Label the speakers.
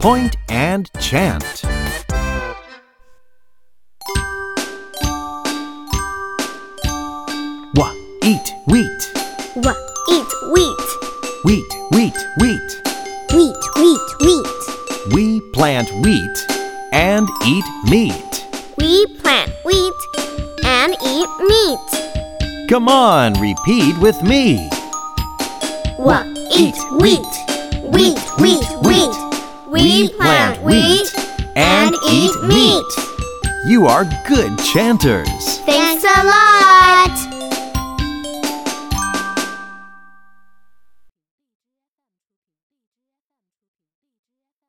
Speaker 1: Point and chant. Wa eat wheat.
Speaker 2: Wa eat wheat.
Speaker 1: Wheat, wheat, wheat.
Speaker 2: Wheat, wheat, wheat.
Speaker 1: We plant wheat and eat meat.
Speaker 2: We plant wheat and eat meat.
Speaker 1: Come on, repeat with me.
Speaker 2: Wa eat wheat. Wheat, wheat, wheat. We plant wheat and eat meat.
Speaker 1: You are good chanters.
Speaker 2: Thanks a lot.